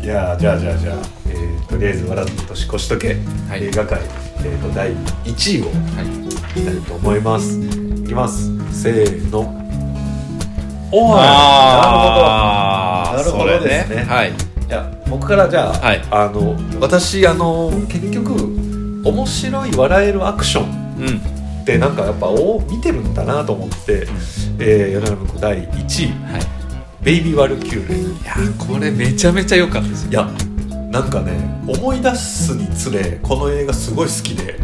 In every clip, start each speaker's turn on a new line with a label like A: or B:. A: じゃあじゃあじゃあじゃあ、えーとりあえず笑って年越しとけ、
B: い
A: 映画界、えー、と第1位を
B: はい
A: いきたいと思いますいきますせーのお
B: あ
A: なるほど
B: ー
A: なるほどですね
B: それはい
A: いや僕からじゃあ、
B: はい
A: あの私あの結局面白い笑えるアクション
B: うん
A: ってなんかやっぱお見てるんだなと思って、えー、世の中の第1位
B: はい
A: 「ベイビー・ワルキューレ」
B: いやーこれめちゃめちゃ良かったですよ
A: いやなんかね思い出すにつれこの映画すごい好きで、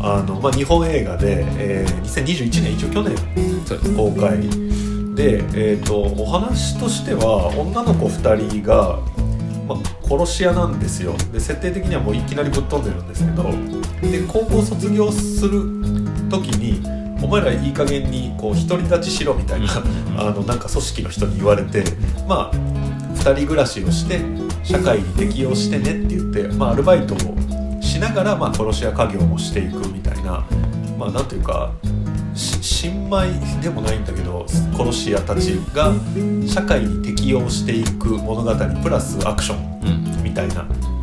A: あのまあ、日本映画で、えー2021年一応去年
B: うんそうです
A: 公開で、えー、とお話としては女の子2人が、まあ、殺し屋なんですよで設定的にはもういきなりぶっ飛んでるんですけどで高校卒業する時に「お前らいい加減にこう独り立ちしろ」みたいな
B: うん
A: あのなんか組織の人に言われてまあ2人暮らしをして社会に適応してねって言って、まあ、アルバイトをしながら、まあ、殺し屋家業もしていくみたいな、まあ、なんというかし新米でもないんだけど殺し屋たちが社会に適応していく物語プラスアクション
B: うん
A: みたいな、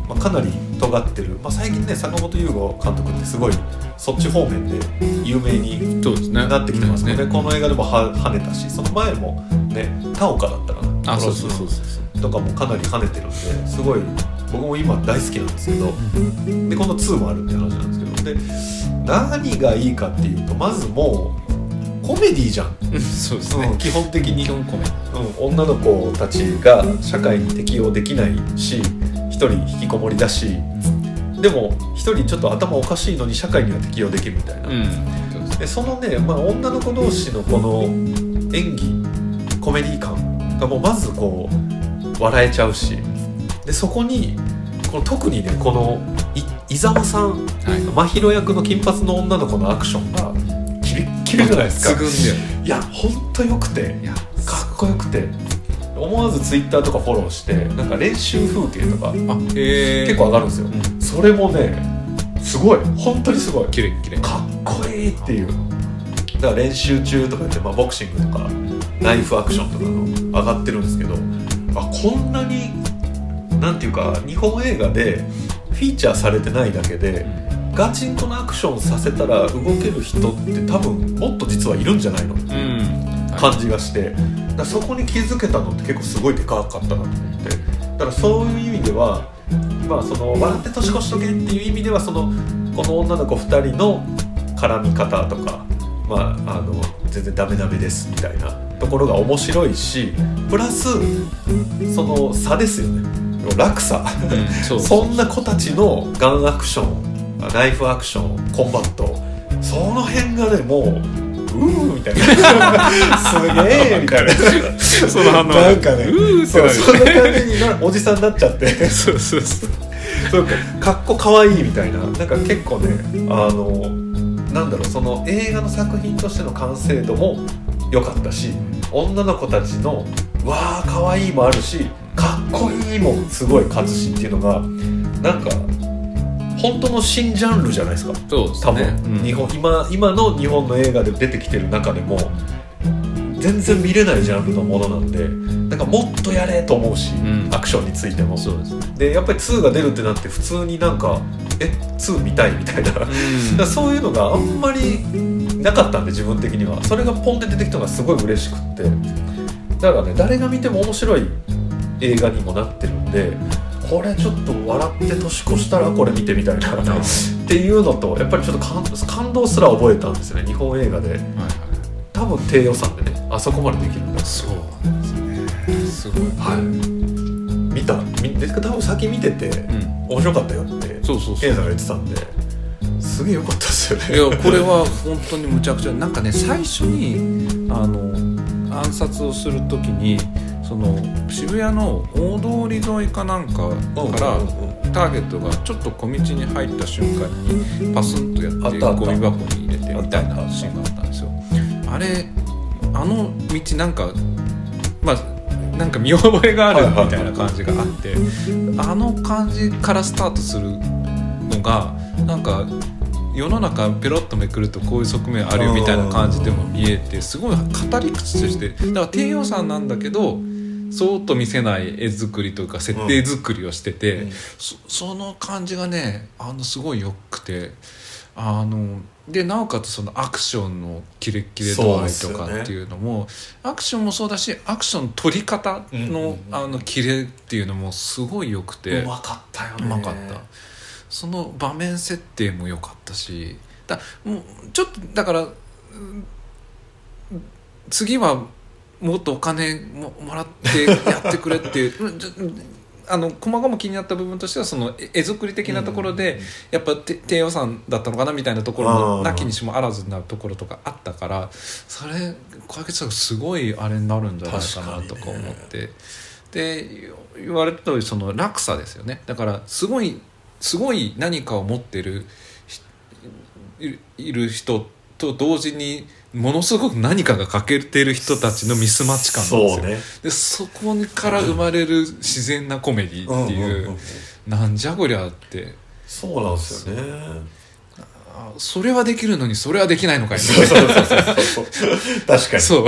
A: まあ、かなり尖ってる、まあ、最近ね坂本龍吾監督ってすごいそっち方面で有名に
B: そうですね
A: なってきてますもんね、
B: うん
A: この映画でもは跳ねたしその前もね田岡だったかな
B: あそうそうそうそうそう
A: とかもかなり跳ねてるんですごい僕も今大好きなんですけどでこの2もあるって話なんですけどで何がいいかっていうとまずもうコメディじゃん、
B: うんそうです
A: うん
B: ね
A: 基本的に
B: 基、本コメ
A: うん、女の子たちが社会に適応できないし一人引きこもりだしでも一人ちょっと頭おかしいのに社会には適応できるみたいな、
B: うんそうです
A: でそのね、まあ、女の子同士のこの演技コメディ感がもうまずこう笑えちゃうしでそこにこの特にねこのい伊沢さん
B: はい
A: 真宙役の金髪の女の子のアクションがキレッキレじゃないです
B: 抜
A: か
B: 群だよね
A: いやほんとよくて
B: いや
A: かっこよくて思わずツイッターとかフォローしてなんか練習風景とか
B: あへえ
A: 結構上がるんですよ
B: うん
A: それもねすごい本当にすごい
B: キレッキレ
A: かっこいいっていうだから練習中とか言って、まあ、ボクシングとかナイフアクションとかの上がってるんですけどあこんなになんていうか日本映画でフィーチャーされてないだけでガチンコのアクションさせたら動ける人って多分もっと実はいるんじゃないのって
B: う
A: いうん
B: はい
A: 感じがしてだからそこに気づけたのって結構すごいでかかったなと思ってだからそういう意味ではまあその笑って年越しとけっていう意味ではそのこの女の子2人の絡み方とか、まあ、あの全然ダメダメですみたいなところが面白いしプラスその差ですよね落差
B: うんそう
A: そんな子たちのガンアクションあナイフアクションコンバットその辺がねもううーみたい なすげえみたいな
B: その反応
A: なんかね
B: うーって
A: そう
B: なる
A: そんな感じになおじさんになっちゃって
B: そうそうそう
A: そうかかっこかわいいみたいななんか結構ねあのなんだろうその映画の作品としての完成度も良かったし女の子たちの「わーかわいい」もあるし「かっこいい」もすごい勝つしっていうのがなんか本当の新ジャンルじゃないですか
B: そうです
A: 多分、
B: ねうん
A: 日本今今の日本の映画で出てきてる中でも全然見れないジャンルのものなんでなんかもっとやれと思うし、
B: ん
A: アクションについても
B: そうですね
A: でやっぱり2が出るってなって普通になんかえ2見たいみたいな、だか
B: うん
A: らそういうのがあんまりなかったんで自分的にはそれがポンって出てきたのがすごい嬉しくってだからね誰が見ても面白い映画にもなってるんでこれちょっと笑って年越したらこれ見てみたいなっていうのとやっぱりちょっと感感動すら覚えたんですよね日本映画で
B: はいは
A: 多分低予算でねあそこまでできるんだ
B: いそうなんですねすごい
A: はい見たみで多分先見てて
B: うん
A: 面白かったよって
B: そうそうそう
A: ケンさんが言ってたんですげえ良かったですよ
B: い
A: ね
B: やこれは本当にむちゃくちゃなんかね最初にあの暗殺をするときにその渋谷の大通り沿いかなんかからターゲットがちょっと小道に入った瞬間にパスンとや
A: あっ
B: って
A: たあった
B: ゴミ箱に入れてみたいなシーンがあったんですよあれあの道なんかまあなんか見覚えがあるみたいな感じがあってあの感じからスタートするのがなんか世の中ペロッとめくるとこういう側面あるよみたいな感じでも見えてすごい語り口としてだから低予算なんだけどそうと見せない絵作りというか設定作りをしてて、
A: うん
B: そその感じがねあのすごいよくてあのでなおかつそのアクションのキレッキレ度合いとかっていうのもアクションもそうだしアクションの取り方の,、
A: うんうんうん
B: あのキレっていうのもすごいよくて。
A: うまかったよ
B: う
A: ね
B: まかったその場面設定も良かったしだもうちょっとだからうん次はもっとお金ももらってやってくれっ ていううんちょあの細々気になった部分としてはその絵絵作り的なところで、
A: うん
B: やっぱて低予算だったのかなみたいなところ
A: あ
B: も
A: ー
B: なきにしもあらずなところとかあったからそれ小池さんすごいあれになるんじゃないかなとか思って、で言われた通りその落差ですよねだからすごいすごい何かを持ってるひいるいる人と同時にものすごく何かが欠けてる人たちのミスマッチ感なんですよ
A: そうね
B: でそこから生まれる自然なコメディっていう,、
A: んんん
B: なんじゃこりゃって
A: そうなんですよね
B: あそれはできるのにそれはできないのかいみたい
A: そ
B: な
A: うそうそうそう 確かに
B: そう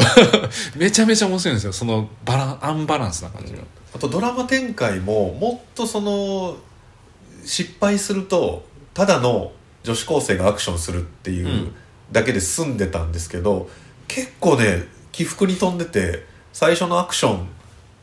B: めちゃめちゃ面白いんですよそのバランアンバランスな感じが、
A: あとドラマ展開ももっとその失敗するとただの女子高生がアクションするっていうんうだけで済んでたんですけど、結構ね起伏に飛んでて最初のアクション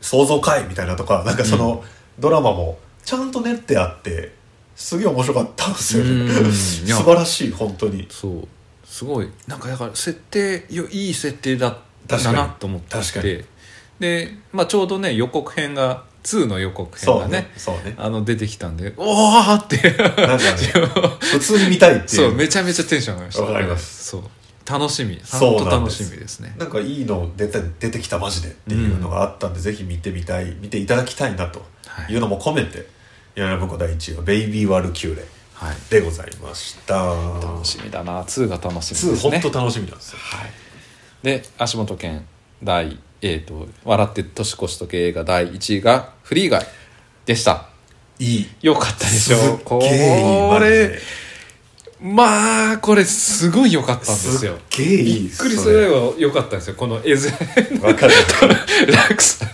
A: 想像会みたいなとかなんかそのドラマもちゃんと練ってあってすげえ面白かったんですよ
B: うんうん
A: ね
B: うんい や
A: 素晴らしい本当に
B: そうすごいなんかだから設定よいい設定だ
A: 確か
B: だ
A: に
B: なと思ってい
A: 確か
B: てで、まあ、ちょうどね予告編が2の予告編
A: そ
B: が
A: う
B: ね
A: ねそう ね
B: あの出てきたんでおーって
A: なんかね普通に見たいってい
B: そう
A: う
B: めちゃめちゃテンション上がりました
A: わかります
B: そう楽しみ
A: そうなん
B: 本
A: です
B: 当楽しみですね
A: なんかいいの出て出てきたマジでっていうのがあったんで、ぜひ見てみたい見ていただきたいなと
B: はい
A: いうのも込めて米山文庫第1位は「ベイビー・ワルキューレ
B: はい」
A: でございました
B: 楽しみだな2が楽しみ
A: 2
B: ですね
A: 本当楽しみなんですよ
B: はい、で足元健第、えー、と笑って年越しとけ映画第1位が「フリーガイ」でした
A: いい
B: よかったでし
A: すっ
B: ょうこ
A: げえいいマジ
B: れ
A: で
B: まあこれすごい良かったんですよ
A: すっげえいい
B: びっくりするよ良かったんですよこの絵面
A: わかる
B: 落差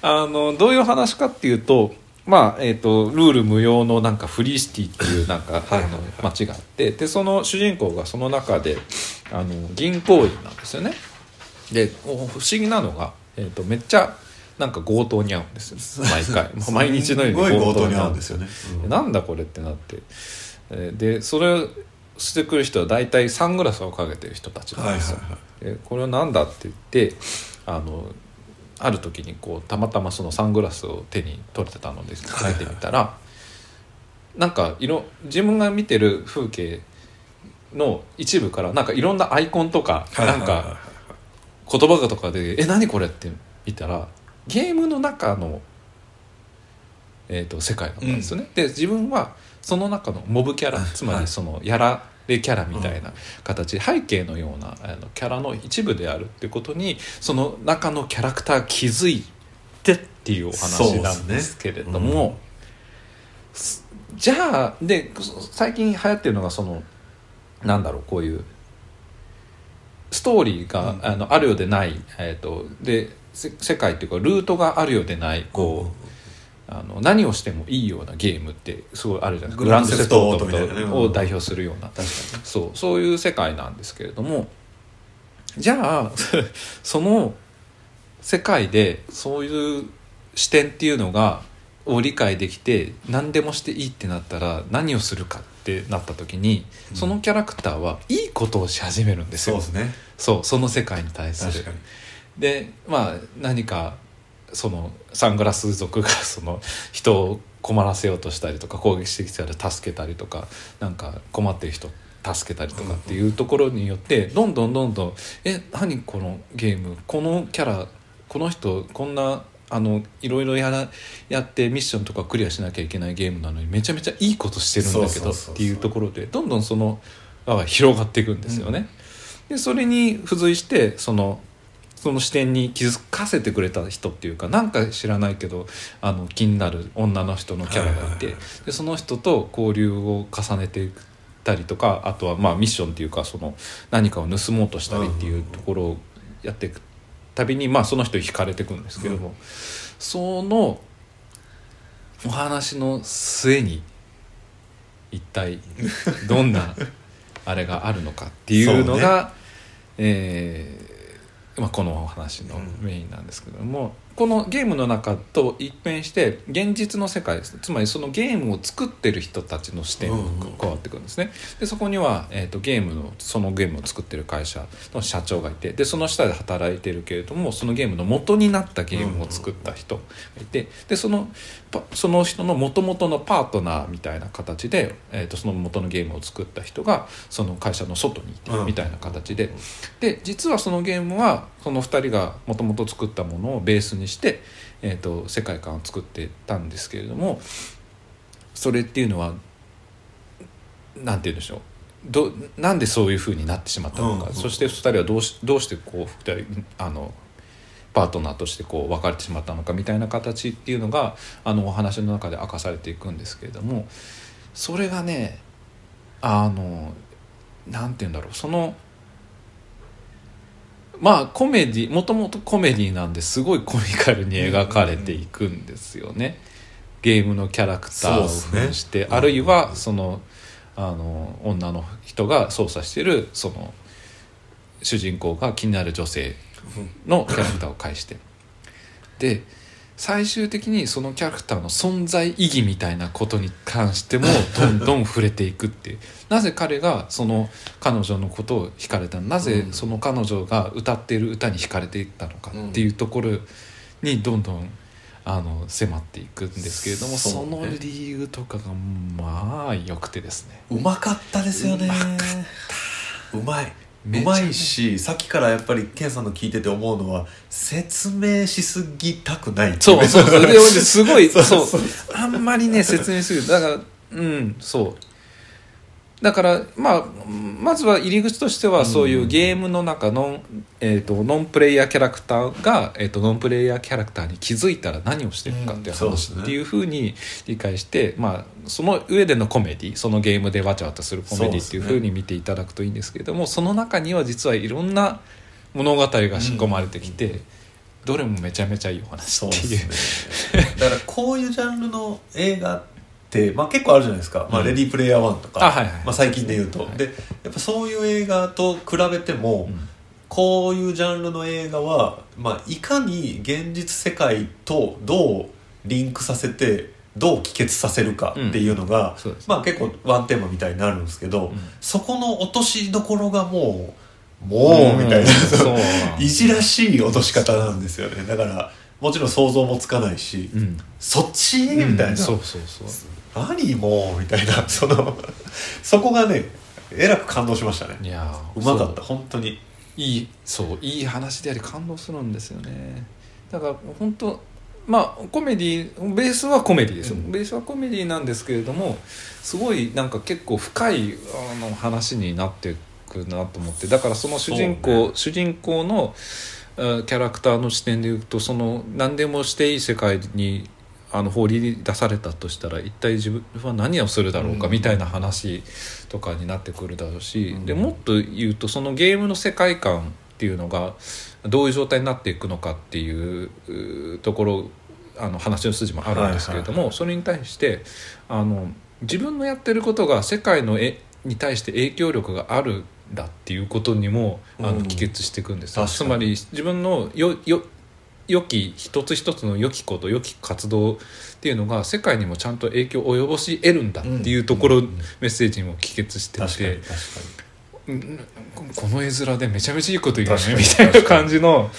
B: あのどういう話かっていうとまあえー、とルール無用のなんかフリーシティっていうなんか
A: はいはいはい
B: あの街があってでその主人公がその中であの銀行員なんですよねでお不思議なのが、えー、とめっちゃなんか強盗に遭うんですよ毎回 もう毎日のよう
A: す
B: に
A: ごい強
B: 強
A: 盗
B: 盗に
A: に
B: 遭
A: 合う
B: う
A: んん
B: で
A: ですす
B: よ
A: よね、うん
B: なんだこれってなってえーでそれをしてくる人は大体サングラスをかけてる人たちなんですよ、
A: はいは
B: でこれをなんだって言ってあのある時にこうたまたまそのサングラスを手に取れてたのでかけてみたら、なんか色自分が見てる風景の一部からなんかいろんなアイコンとか、
A: はいはい
B: な
A: は
B: ん
A: い
B: か言葉とかで「え何これ?」って見たらゲームの中の、えー、と世界だったんですよね、で自分はその中のモブキャラつま
A: は
B: り
A: い
B: そのやられキャラみたいな形、背景のようなあのキャラの一部であるってことにその中のキャラクター気づいてっていうお話なんですけれど
A: そうですねう
B: も、すじゃあでそ最近流行ってるのがそのなんだろうこういうストーリーが、
A: うん
B: あのあるようでない、えー、とでせ世界っていうかルートがあるようでないこう、あの何をしてもいいようなゲームってすごいあるじゃないですか
A: グランドセフトオート
B: グランドセフ
A: みた
B: トオート
A: いなね
B: を代表するような、
A: 確か
B: そうそういう世界なんですけれどもじゃあ その世界でそういう視点っていうのがを理解できて何でもしていいってなったら何をするかってなった時に
A: うん
B: そのキャラクターはいいことをし始めるんで
A: に
B: す
A: そう
B: よ、
A: ですね
B: そうその世界に対す
A: 確
B: る
A: か。に
B: でまあ何かそのサングラス族が その人を困らせようとしたりとか攻撃してきたら助けたりとかなんか困ってる人助けたりとかっていうところによってどんどんどんどん「え何このゲームこのキャラこの人こんなあのいろいろやらやってミッションとかクリアしなきゃいけないゲームなのにめちゃめちゃいいことしてるんだけ
A: そうそ
B: ど
A: う
B: っ
A: そうそう
B: ていうところでどんどんその輪が広がっていくんですよね。でそれに付随してそのその視点に気づかせてくれた人っていうかなんか知らないけどあの気になる女の人のキャラがいて、
A: はいはいはい
B: でその人と交流を重ねていったりとかあとはまあミッションっていうかその何かを盗もうとしたりっていうところをやっていくたびに、まあ、その人に惹かれていくんですけども、そのお話の末に一体どん なあれがあるのかっていうのがえーまあ、このお話のメインなんですけども、このゲームの中と一変して現実の世界ですつまりそのゲームを作ってる人たちの視点が変わってくるんですね。でそこには、えー、とゲームのそのゲームを作ってる会社の社長がいてでその下で働いてるけれどもそのゲームの元になったゲームを作った人がいてでそのパその人の元々のパートナーみたいな形で、えー、とその元のゲームを作った人がその会社の外にいて
A: うん
B: みたいな形でで実はそのゲームはその2人がもともと作ったものをベースにして、えー、と世界観を作ってたんですけれどもそれっていうのはなんて言うんでしょうどなんでそういうふうになってしまったのか、
A: うんうん
B: そして2人はどうしどうしてこう2人あのパートナーとしてこう別れてしまったのかみたいな形っていうのがあのお話の中で明かされていくんですけれどもそれがねあのなんて言うんだろうそのまあコメディもともとコメディなんですごいコミカルに描かれていくんですよね、ゲームのキャラクター
A: そうで
B: を
A: すね
B: 扮して、
A: うん
B: あるいはそのあの女の人が操作してるその主人公が気になる女性のキャラクターを介してで最終的にそのキャラクターの存在意義みたいなことに関してもどんどん触れていくっていうなぜ彼がその彼女のことを惹かれたなぜその彼女が歌っている歌に惹かれていったのかっていうところにどんどんあの迫っていくんですけれども
A: そ
B: そう
A: ね
B: の理由とかがまあ良くてですね
A: うまかったですよね
B: うまか
A: うまい
B: め
A: う
B: ちゃめ
A: ま
B: ちゃ
A: いしさっきからやっぱりケンさんの聞いてて思うのは説明しすぎたく ないってい
B: そうそうそうですごい
A: そ
B: そうう
A: そう
B: あんまりね説明するだからうんそうだからまあまずは入り口としてはそういうゲームの中の、えー、とノンプレイヤーキャラクターが、えー、とノンプレイヤーキャラクターに気づいたら何をしてるかっ
A: う
B: ていう
A: んそうです
B: 話
A: ね
B: っていうふうに理解して、まあ、その上でのコメディそのゲームでわちゃわちゃするコメディっていうふうに見ていただくといいんですけれどもそ,、の中には実はいろんな物語が仕込まれてきて、どれもめちゃめちゃいいお話
A: そう
B: っ
A: で
B: ていう。
A: すねだからこういうジャンルの映画って、まあ、結構あるじゃないですか「まあ、
B: うん
A: レディープレイヤー1」とか、
B: あはいはい
A: まあ、最近で言うと、
B: はい
A: でやっぱそういう映画と比べても、
B: うん
A: こういうジャンルの映画は、まあ、いかに現実世界とどうリンクさせてどう帰結させるかっていうのが、
B: そうです
A: まあ、結構ワンテーマみたいになるんですけど、
B: うん
A: そこの落としどころがもうもうみた いな、
B: そう
A: いじらしい落とし方なんですよねだからもちろん想像もつかないし、
B: うん
A: そっちみたいな、
B: うんそうそうそう
A: 何もうみたいな そのそこがねえらく感動しましたね
B: いや
A: う
B: ー
A: まかっ
B: そ
A: た本当に
B: いいそういい話であり感動するんですよねだから本当まあコメディベースはコメディですよ、
A: うん
B: ベースはコメディなんですけれどもすごいなんか結構深いあの話になってくなと思ってだからその主人
A: そう
B: 公、主人公のえーキャラクターの視点でいうとその何でもしていい世界にあの放り出されたとしたら一体自分は何をするだろうか
A: うん
B: みたいな話とかになってくるだろうし、
A: うん
B: でもっと言うとそのゲームの世界観っていうのがどういう状態になっていくのかっていううーところあの話の筋もあるんですけれども、
A: はいはい
B: それに対してあの自分のやってることが世界の絵に対して影響力があるんだっていうことにもあ
A: う
B: の
A: ん
B: 帰結していくんですよ、
A: 確か
B: つ
A: に
B: まり自分のよよ良き一つ一つの良きこと良き活動っていうのが世界にもちゃんと影響を及ぼし得るんだっていうところ、
A: うんうんうん
B: メッセージにも帰結して
A: 確かに
B: て
A: 確か
B: うんこの絵面でめちゃめちゃいいこと言うよねみ
A: 確かに
B: たいな感じの、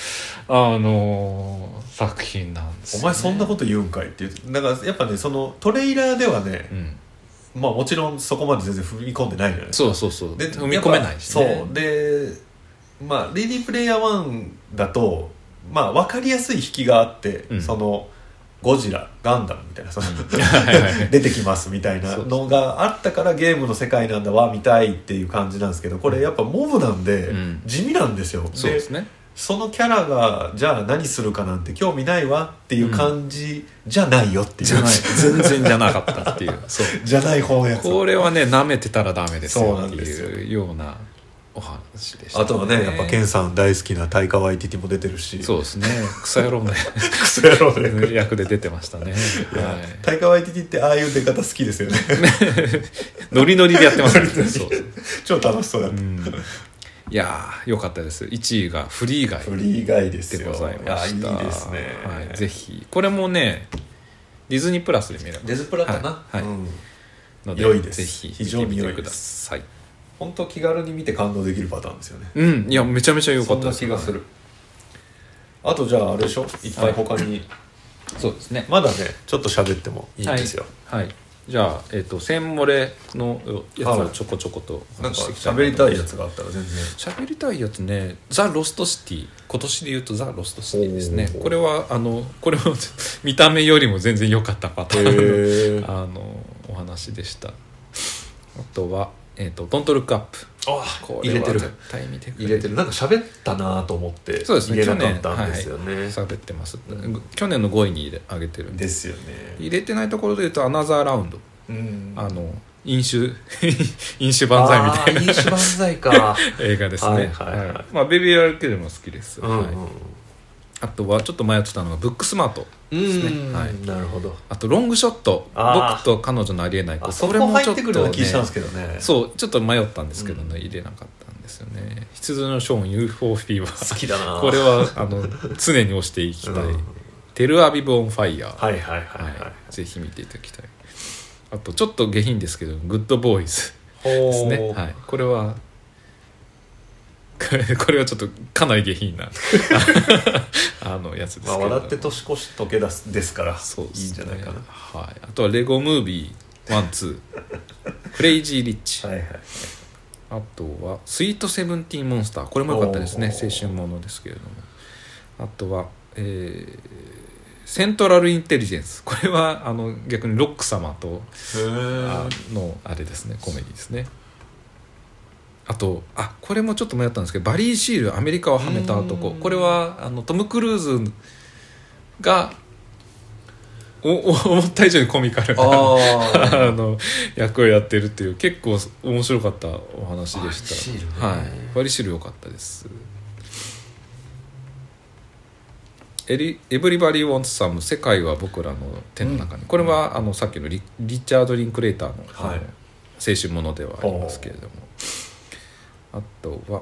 B: あのー作品なんです
A: に
B: よ、
A: お前
B: ね。
A: そんなこと言うんかいっていうだからやっぱねそのトレーラーではね、
B: うん、
A: まあもちろんそこまで全然踏み込んでないじゃないですか
B: そうそうそう
A: で
B: 踏み込めないしね
A: やっぱそうでまあ「レディープレイヤー1」だとまあ分かりやすい引きがあって、
B: うん
A: そのゴジラガンダムみたいなその
B: はいはい
A: 出てきますみたいなのがあったからゲームの世界なんだわ見たいっていう感じなんですけどこれやっぱモブなんで
B: うん
A: 地味なんですよ、
B: そうですね
A: そのキャラがじゃあ何するかなんて興味ないわっていう感じじゃないよっていう、
B: じゃない全然じゃなかった っていうそう
A: じゃない方のやつ
B: これはね舐めてたらダメですよ
A: そうな
B: っ
A: ん
B: て
A: ですよ
B: いうようなお話でした、
A: あとはねやっぱケンさん大好きなタイカワイティティも出てるし
B: そうですね草野郎もね
A: クソ野郎ね
B: 役で出てましたね、
A: いや
B: はい
A: タイカワイティティってああいう出方好きですよね
B: ノリノリでやってますねそう
A: 超楽しそうだった、
B: いやーよかったです1位がフリーガイ
A: フリー以外です
B: で
A: よ
B: ございました
A: いやいいですね、
B: はい、ぜひこれもねディズニープラスで見れ
A: デ
B: る
A: ズプラかな、
B: はいはい
A: うん
B: ので
A: 良いです
B: ぜひ
A: 非常に
B: 見て
A: 良
B: み
A: い
B: てく
A: で
B: だ
A: す
B: さい
A: 本当気軽に見て感動できるパターンですよね
B: うんいやめちゃめちゃ良か
A: そ
B: っ
A: ん
B: た
A: な
B: です
A: 気がするあとじゃああれでしょいっぱい他に、
B: そうですね
A: まだねちょっと喋ってもいいんですよ、
B: はい、はいじゃあ、えっとセンモレのやつをちょこちょことお
A: なん
B: 話
A: か
B: ししていき
A: 喋りたいや
B: つ
A: つがあったら全然
B: 喋りたいやつね「ザ・ロストシティ」今年で言うと「ザ・ロストシティ」ですね
A: おー
B: これはあのこれも 見た目よりも全然良かったパターン
A: へ
B: のあのお話でしたあとは「えっとドントルックアップ」
A: あ
B: これ
A: 入れ
B: は
A: てる
B: 絶対見てくれ
A: 入れてるなんか喋ったなと思って
B: そうです
A: 入れ
B: ね去
A: なか
B: 年
A: ったんですよね
B: はい、喋ってます、去年の5位に入れ上げてるんで
A: ですよね
B: 入れてないところで言うと「アナザーラウンド」
A: うん
B: あの飲酒 飲酒万歳みたいな
A: あー飲酒万歳 か
B: 映画ですね、
A: はいはいはい
B: まあ、ベビー・アルケルも好きです、
A: うん、うん
B: はいあとはちょっと迷ってたのが「ブックスマート」ですね、
A: うん
B: はい、
A: なるほど
B: あと「ロングショット」
A: あー
B: 僕と彼女のありえない子
A: あそこ入ってくるような気したん
B: ね
A: ですけどね
B: そうちょっと迷ったんですけどね、入れなかったんですよね「羊のショーン UFO フィーバ
A: 好
B: ー
A: きだ」な
B: これはあの常に推していきたい「
A: うん
B: テルアビブ・オン・ファイヤー」
A: はいはいはい
B: は
A: はいい、
B: ぜひ見ていただきたいあとちょっと下品ですけど「グッド・ボーイズ」
A: ほ
B: ですね、
A: ー
B: はい、これは これこれはちょっとかなり 下品なあのやつです
A: まあ、
B: けど、
A: 笑って年越し時計だすですから
B: そうです、
A: いいんじゃないかな
B: はい、あとは「レゴムービーワンツ ー」「クレイジー・リッチ」
A: はいはい
B: あとは「スイート・セブンティーン・モンスター」これも良かったですね
A: おー
B: 青春ものですけれどもあとは、えーセントラル・インテリジェンス」これはあの逆にロック様とあのあれですねコメディですねあとあこれもちょっと迷ったんですけどバリー・シール「アメリカをはめた男
A: う」ん
B: これはあのトム・クルーズがおお思った以上にコミカルな あ
A: あ
B: の役をやってるっていう結構面白かったお話でし
A: バリー
B: た
A: シールね
B: はい、バリーシール良かったですエリ「エブリバリー・ウォンツ・サム世界は僕らの手の中に」これはあのさっきのリリチャード・リンクレーターの,、
A: はい
B: 青春ものではありますけれどもあとは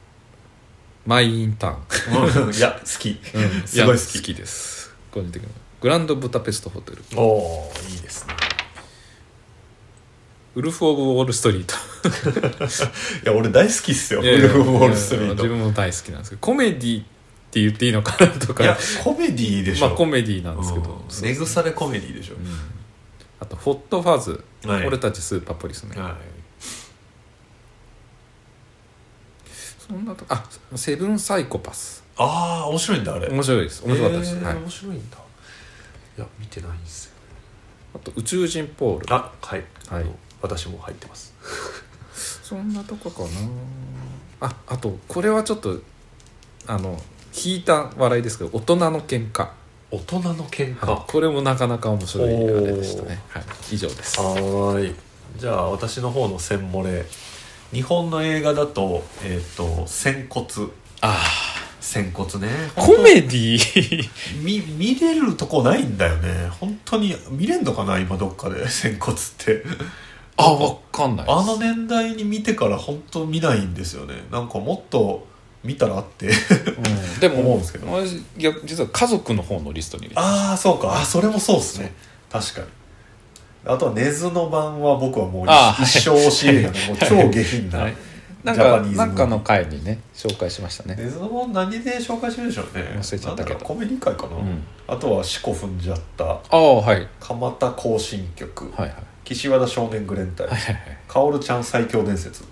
B: 「マイ・インター
A: あ
B: ン」
A: いや好き、
B: うん
A: すごい好
B: や
A: き
B: 好きです個人的にグランド・ブダペスト・ホテル」
A: おおーいいですね
B: 「ウルフ・オブ・ウォール・ストリート」
A: いや俺大好きっすよウ
B: いやい
A: ル
B: や
A: フ・ウォール・ストリート
B: 自分も大好きなんですけどコメディって言っていいのかなと
A: いや
B: か
A: コメディでし
B: ま
A: ょ、
B: あコメディなんですけど、
A: うん
B: そう
A: 寝腐れコメディでしょ、
B: あと「ホットファズ」
A: はい
B: 俺たちスーパーポリス」ね、
A: は
B: そんなとあセブンサイコパス
A: い、ああ面白いんだあれ」
B: 面白いです面白かったです、
A: えー
B: はい、
A: 面白いんだいや見てないんですよ
B: あと「宇宙人ポール」
A: あはい、
B: はい
A: あの私も入ってます
B: そんなとこかなああとこれはちょっとあの引いた笑いですけど「大人の喧嘩
A: 大人の喧嘩
B: はい
A: は
B: これもなかなか面白いあれでしたね、はい、以上です
A: ーいじゃあ私の方のセンモレ日本の映画だとえっ、と「仙骨」
B: あ
A: 仙骨ね
B: コメディ
A: 見見れるとこないんだよね本当に見れんのかな今どっかで 仙骨 って
B: あ、わかんないです
A: あの年代に見てから本当見ないんですよねなんかもっと見たらあって
B: うんでも
A: 思うんですけど
B: 私いや実は家族の方のリストに入れて
A: ああそうかあそれもそうですね確かにあとは根津の版は僕はもう一
B: あー
A: 一生推し映画でもう超下品な、
B: はいなん
A: ジャパ
B: か
A: ニーズ
B: なんかの回にね紹介しましたね
A: 根津の版何で紹介してるんでしょうね
B: 忘れちゃ
A: な
B: ったけど
A: んだろうコメディ界かな、
B: うん
A: あとは「四股踏んじゃった
B: ああはいはい」
A: 蒲田行進曲
B: はい
A: 岸和田少年グレン隊、
B: はいはい
A: カオルちゃん最強伝説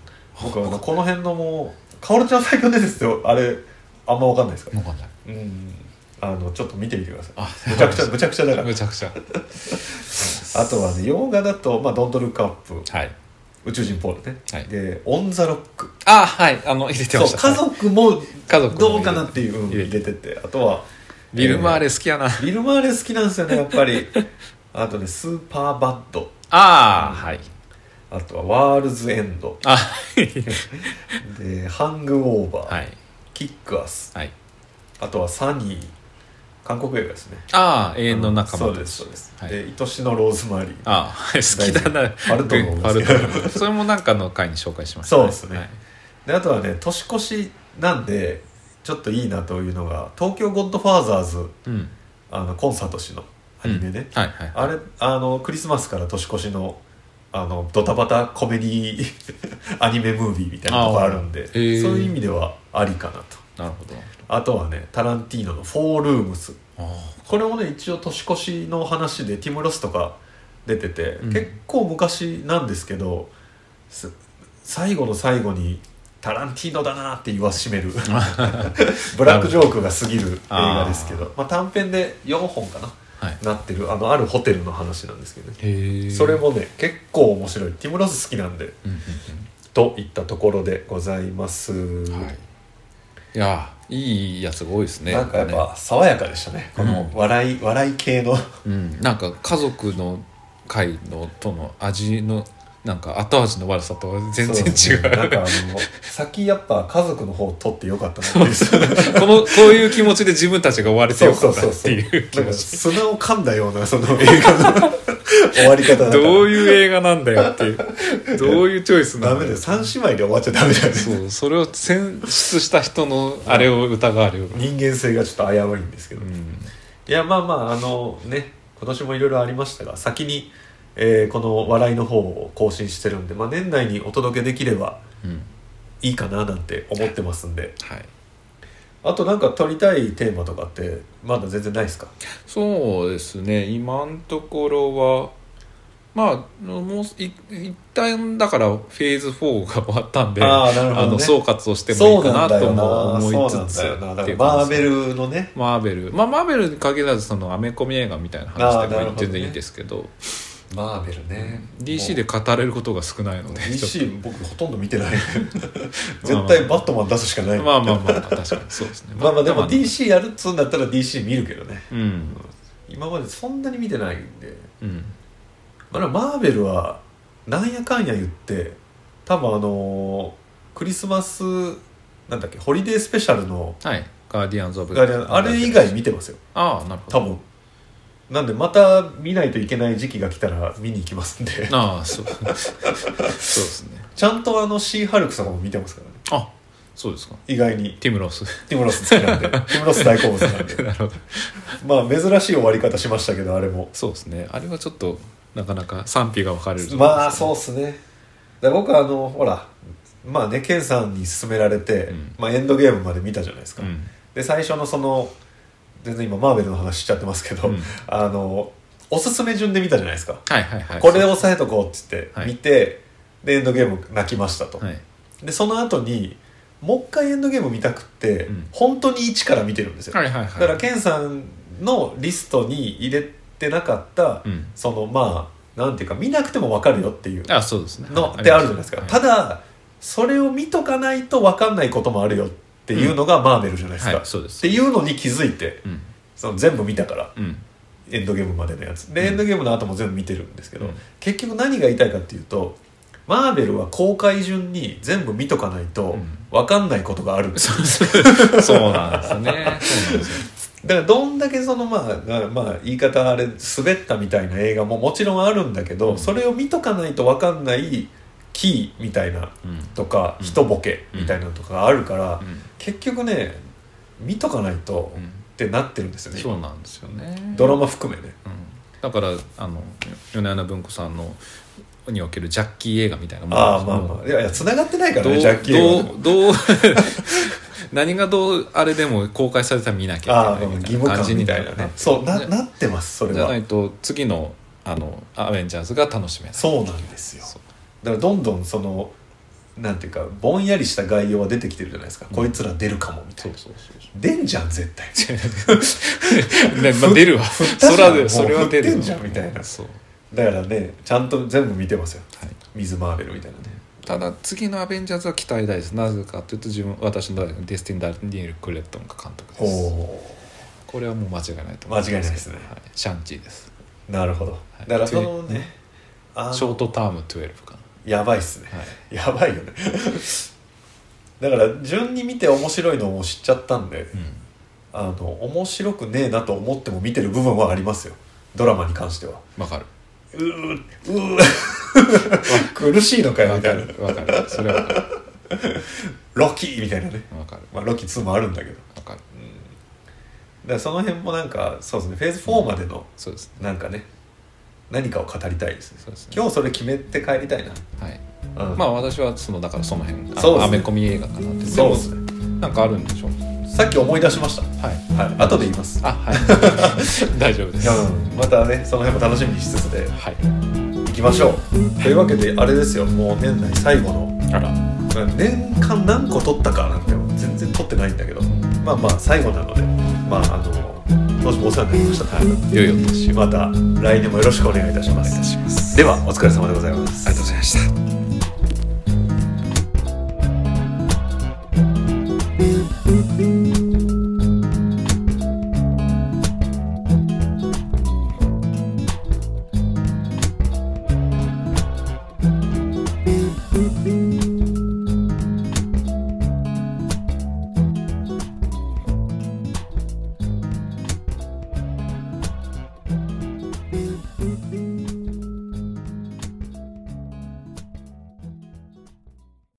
A: 僕はあのこの辺のもうカオルちゃん最強伝説ってあれあんま分かんないですか
B: わかんない
A: うんあのちょっと見てみてくださ
B: あ
A: いむちゃくちゃむちゃくちゃだから
B: むちゃくちゃ
A: あとはね洋画だと「まあ、ドントルックアップ
B: はい」
A: 宇宙人ポールね、
B: はい
A: で「オン・ザ・ロック
B: ああはいあの入れ」て
A: そ
B: ま
A: う
B: した
A: 家族も
B: 家族も
A: どうかなっていううん
B: 入れ
A: 入
B: て
A: れててあとは
B: ビル・マーレ好きやな
A: ビル・マーレ 好きなんですよねやっぱりあとね「スーパーバッド
B: ああはい」
A: ああとはワールズエンド
B: あ
A: でハングオーバー、
B: はい
A: キックアス
B: はい
A: あとはサニー韓国映画ですね
B: ああ永遠の仲間
A: そうですそうです、
B: はい
A: で愛しのローズマリー
B: ああ好きだな
A: ファルトの
B: ファルトそれもなんかの回に紹介しました、
A: そうですね
B: はい
A: であとはね年越しなんでちょっといいなというのが「東京ゴッドファーザーズ
B: うん」
A: あのコンサート氏のアニメね、
B: はいはい
A: あれあのクリスマスから年越しのあのドタバタコメディアニメムービー みたいなとこあるんで
B: あーへー
A: そういう意味ではありかなと
B: なるほど
A: あとはねタランティーノの「フォールームス
B: あ」
A: これもね一応年越しの話でティム・ロスとか出てて、
B: うん
A: 結構昔なんですけどす最後の最後に「タランティーノだな」って言わしめ るブラックジョークが過ぎる映画ですけどまあ、短編で4本かな
B: あはい
A: なってるあのあるホテルの話なんですけどね
B: へえ
A: それもね結構面白いティム・ロス好きなんで
B: うんうん
A: といったところでございます、
B: うんはいいやいいやつが多いですね
A: なんかやっ
B: ね
A: ぱ爽やかでしたね、この笑い笑い系の
B: うん、なんか家族の会のとの味のなんか後味の悪さとは全然
A: そ
B: 違
A: ですねなん
B: う
A: かあの先やっぱ家族の方取ってよかったなっていう
B: このそういう気持ちで自分たちが終われて
A: そう
B: よか
A: そう
B: った
A: そう
B: っ
A: そ
B: て
A: う
B: いう気
A: なん
B: 持
A: か
B: ち
A: 砂を噛んだようなその映画の終わり方だから
B: どういう映画なんだよっていうどういうチョイスな
A: ダ
B: ん
A: メ
B: だよ
A: だよ三姉妹で終わっちゃダメだよね
B: そうそれを選出した人のあれを疑われる、
A: 人間性がちょっと危ういんですけど、
B: う
A: い
B: ん、
A: やまあまああのね今年もいろいろありましたが先に、えーこの笑いの方を更新してるんで、まあ、年内にお届けできれば
B: うん、
A: いいかななんて思ってますんで
B: はい
A: あとなんか撮りたいテーマとかってまだ全然ないですか
B: そうですね今のところはまあもうい一旦だからフェーズ4が終わったんで
A: あーなるほどね
B: あの総括をしてもいいかなとも思い
A: そうなん
B: つつ
A: だよなだ
B: っ
A: か
B: て
A: ら
B: いう感
A: マ
B: じ
A: ーベ
B: です
A: ルのね
B: マーベルまあマーベルに限らずそのアメコミ映画みたいな
A: あ
B: 話
A: ー
B: で
A: なる
B: も
A: ほどね
B: 全然いいですけど
A: マーベルね
B: DC で語れることが少ないのでちょ
A: DC 僕ほとんど見てない絶対バットマン出すしかない
B: っとまあまあまあ確かにそうですね
A: まあまあでも
B: あ
A: DC やるっつうんだったら DC 見るけどね
B: うん
A: 今までそんなに見てないんで、
B: うん
A: まあ、でもマーベルはなんやかんや言って多分あのークリスマスなんだっけホリデースペシャルの
B: はいガーディアンズ・オブ・
A: あれあれ以外見てますよ
B: ああなるほど
A: 多分なんでまた見ないといけない時期が来たら見に行きますんで
B: ああそう そうですね
A: ちゃんとあのシーハルクさんも見てますからね
B: あそうですか
A: 意外に
B: ティム・ロス
A: ティムロス好き なんでティムロス大好物なんで
B: なるほど
A: まあ珍しい終わり方しましたけどあれも
B: そうですねあれはちょっとなかなか賛否が分かれるところ
A: まあ
B: ですね
A: そうっすねだから僕はあのほらまあねケンさんに勧められて、
B: うん
A: まあ、エンドゲームまで見たじゃないですか、
B: うん
A: で最初のその全然今マーベルの話しちゃってますけど、
B: うん
A: あのおすすめ順で見たじゃないですか、
B: はいはいはい
A: これを押さえとこうっつって
B: はい
A: 見て、でエンドゲーム泣きましたと、
B: はい
A: でその後にもう一回エンドゲーム見たくって、
B: うん
A: 本当に一から見てるんですよ、
B: はいはいはい
A: だからケンさんのリストに入れてなかった、
B: うん
A: そのまあなんていうか見なくても分かるよっていう
B: あそうですね
A: の
B: はい
A: ってあるじゃないですか、
B: はい
A: ただそれを見とかないと分かんないこともあるよっていうのがマーベルじゃないですか、
B: はいそうで
A: っ
B: す
A: ていうのに気づいて
B: うん
A: その全部見たから
B: うん
A: エンドゲームまでのやつで、
B: うん
A: エンドゲームの後も全部見てるんですけど、
B: うん
A: 結局何が言いたいかっていうとマーベルは公開順に全部見とかないと
B: うん
A: 分かんないことがある、だか
B: そうそうそうなんですねそうなんですよ
A: らどんだけそのまあなまあ言い方あれ滑ったみたいな映画ももちろんあるんだけど、
B: うん
A: それを見とかないと分かんないキーみたいな
B: うん
A: とか、
B: うん
A: 人ボケみたいなのとかがあるから、
B: うん
A: 結局ね見とかないと
B: う
A: ってなってるんですよ
B: ん
A: ね、
B: そうなんですよね
A: ドラマ含めね
B: うんだからあの米山文庫さんのにおけるジャッキー映画みたいなもん
A: ああまあまあいやいや繋がってないからねジャッキー映画で
B: どうどう 何がどうあれでも公開されたら見なき
A: ああ
B: ゃい
A: まあ
B: けな
A: 義務
B: いみたいな感
A: 感
B: じに
A: み
B: な
A: たい
B: る
A: な
B: ね
A: ねそうな
B: じゃ
A: なってますそれ
B: じゃな
A: はい
B: と次のあのアベンジャーズが楽しめない
A: そうなんですよ
B: そう
A: だからどんどんそのなんていうかぼんやりした概要は出てきてるじゃないですか、こいつら出るかもみたいな
B: そう
A: 出んじゃん絶 対
B: そう、ねまあ、出 るわ
A: た
B: そ
A: じゃん
B: れはそれは出るわ
A: もう振ってんじゃんみたいな
B: そう、
A: だからねちゃんと全部見てますよ
B: はい、
A: 水マーベルみたいなね
B: ただ次のアベンジャーズは期待大ですなぜかというと自分私の大学のデスティン・ダニエル・クレットンが監督
A: ほ
B: です
A: う
B: これはもう間違いないと思
A: 間違いないですね
B: はい、シャンチーです
A: なるほど
B: い
A: だからそのねあの
B: ショートターム12かな
A: やばいっすね
B: はい
A: やばいよね だから順に見て面白いのを知っちゃったんで
B: うん
A: あの面白くねえなと思っても見てる部分はありますよドラマに関しては
B: わかる
A: うーうー 苦しいのかよ
B: わ
A: みた
B: か
A: いな
B: るわかるそれはわかる
A: ロキーみたいなね、
B: わかる
A: まあ、ロキ2もあるんだけどだか
B: わかる
A: らその辺もなんかそうですねフェーズ4までの
B: そうですね
A: なんかね何かを語りたいですね
B: そうですね
A: 今日それ決めて帰りたい
B: はい
A: な、うん、
B: まあ私はそのだからその辺あ
A: そうです
B: の
A: ね
B: アメコミ映画かなって
A: そうですね
B: でもなんかあるんでしょう
A: さっき思い出しました
B: はい
A: はい後で言います
B: あはい 大丈夫ですは
A: うんまたねその辺も楽しみにしつつで
B: い
A: いきましょうというわけであれですよもう年内最後の
B: あら
A: 年間何個取ったかなんて全然取ってないんだけどまあまあ最後なのでまああのどうしもお世話になりました、
B: 良いお年を
A: また来年もよろしくお願いいたします
B: します
A: ではお疲れ様でございます
B: ありがとうございました